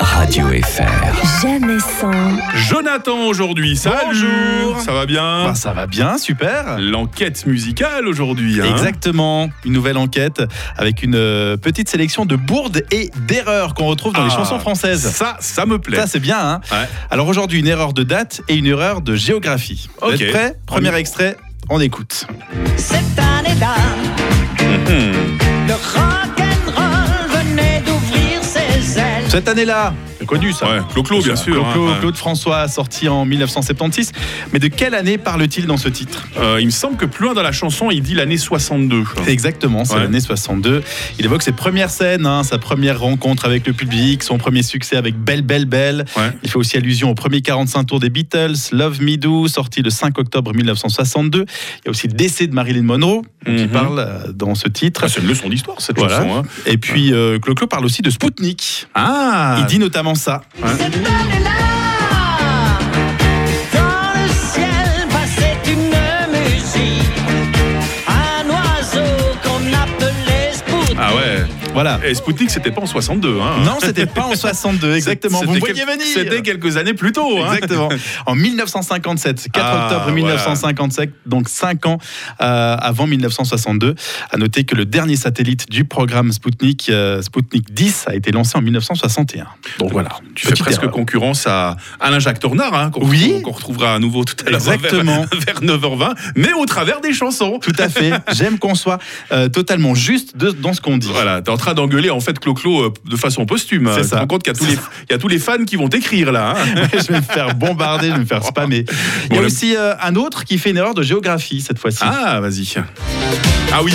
Radio FR. Jamais sans, Jonathan aujourd'hui, salut Bonjour. Ça va bien Ben, ça va bien, Hein super. L'enquête musicale aujourd'hui. hein Exactement, une nouvelle enquête avec une euh, petite sélection de bourdes et d'erreurs qu'on retrouve dans les Ah, chansons françaises. Ça, ça me plaît. Ça c'est bien. hein. Ouais. Alors aujourd'hui, une erreur de date et une erreur de géographie. Vous Ok. êtes prêts Premier extrait, on écoute. Cette année-là, Hmm. le rock'n'roll venait d'ouvrir ses ailes. Cette année-là, c'est connu ça. Ouais, Clo-Clo, bien sûr. hein, Claude, ouais. Claude François, sorti en 1976. Mais de quelle année parle-t-il dans ce titre Euh, il me semble que plus loin dans la chanson, il dit l'année 62. Exactement, c'est Ouais. l'année 62. Il évoque ses premières scènes, hein, sa première rencontre avec le public, son premier succès avec Belle Belle Belle. Ouais. Il fait aussi allusion au premier 45 tours des Beatles, Love Me Do, sorti le 5 octobre 1962. Il y a aussi le décès de Marilyn Monroe, qui Mhm. parle euh, dans ce titre. Ah, c'est une leçon d'histoire cette Voilà. chanson. hein. Et puis, euh, Clo-Clo parle aussi de Spoutnik. Ah Il dit notamment ça. Cette année-là, dans le ciel passait une musique. Un oiseau qu'on appelait Spout. Ah ouais. Voilà. Et Spoutnik, c'était pas en 62. Hein. Non, c'était pas en 62, exactement. Vous C'était me voyez quel- venir C'était quelques années plus tôt. hein. Exactement. En 1957, 4 Ah, octobre voilà. 1957, donc 5 ans euh, avant 1962. À noter que le dernier satellite du programme Sputnik, euh, Sputnik 10, a été lancé en 1961. Donc voilà. Tu fais Petite presque erreur. concurrence à Alain-Jacques Tornard, hein, qu'on Oui. qu'on retrouvera à nouveau tout à l'heure vers, Exactement. vers 9h20, mais au travers des chansons. Tout à fait. J'aime qu'on soit euh, totalement juste de- dans ce qu'on dit. Voilà, t'es en train d'engueuler en fait Clo-Clo euh, de façon posthume. Tu C'est te ça. rends compte qu'il y, a tous les- il y a tous les fans qui vont t'écrire là. hein. je vais me faire bombarder, je vais me faire spammer. Il y Bon, a le- aussi euh, un autre qui fait une erreur de géographie cette fois-ci. Ah, vas-y. Ah oui,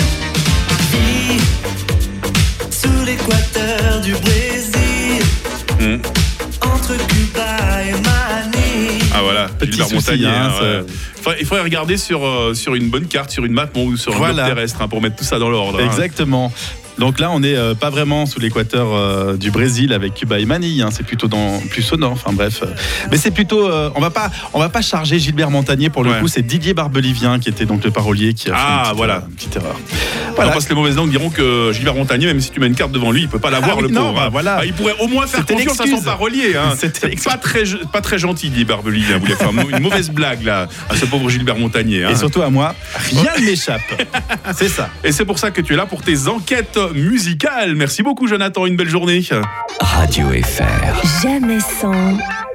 sous l'équateur du Brésil, Hmm. entre Cuba et Manille. ah voilà, Petit Gilbert souci, Montagnier, hein, hein, ça- ouais. Faudrait- il faudrait regarder sur, euh, sur une bonne carte, sur une map bon, ou sur un globe Voilà. terrestre hein, pour mettre tout ça dans l'ordre. hein. Exactement. Donc là, on n'est euh, pas vraiment sous l'équateur euh, du Brésil avec Cuba et Manille. hein. c'est plutôt dans plus au nord. Enfin bref, euh, mais c'est plutôt. euh, on va pas, on va pas charger Gilbert Montagnier pour le Ouais. coup. C'est Didier Barbelivien qui était donc le parolier qui a fait Ah, une petite, voilà. euh, une petite erreur. Alors, Voilà. parce que les mauvaises langues diront que Gilbert Montagnier, même si tu mets une carte devant lui, il peut pas l'avoir Ah le oui, non, pauvre. bah, voilà. Ah, il pourrait au moins faire C'était confiance à son l'excuse. parolier. hein. C'était C'est l'excuse. pas très, pas très gentil, dit Barbeli. Vous voulez faire une mauvaise blague là à ce pauvre Gilbert Montagnier. hein. Et surtout à moi, rien ne m'échappe. c'est ça. Et c'est pour ça que tu es là pour tes enquêtes musicales. Merci beaucoup, Jonathan. Une belle journée. Radio FR. jamais sans.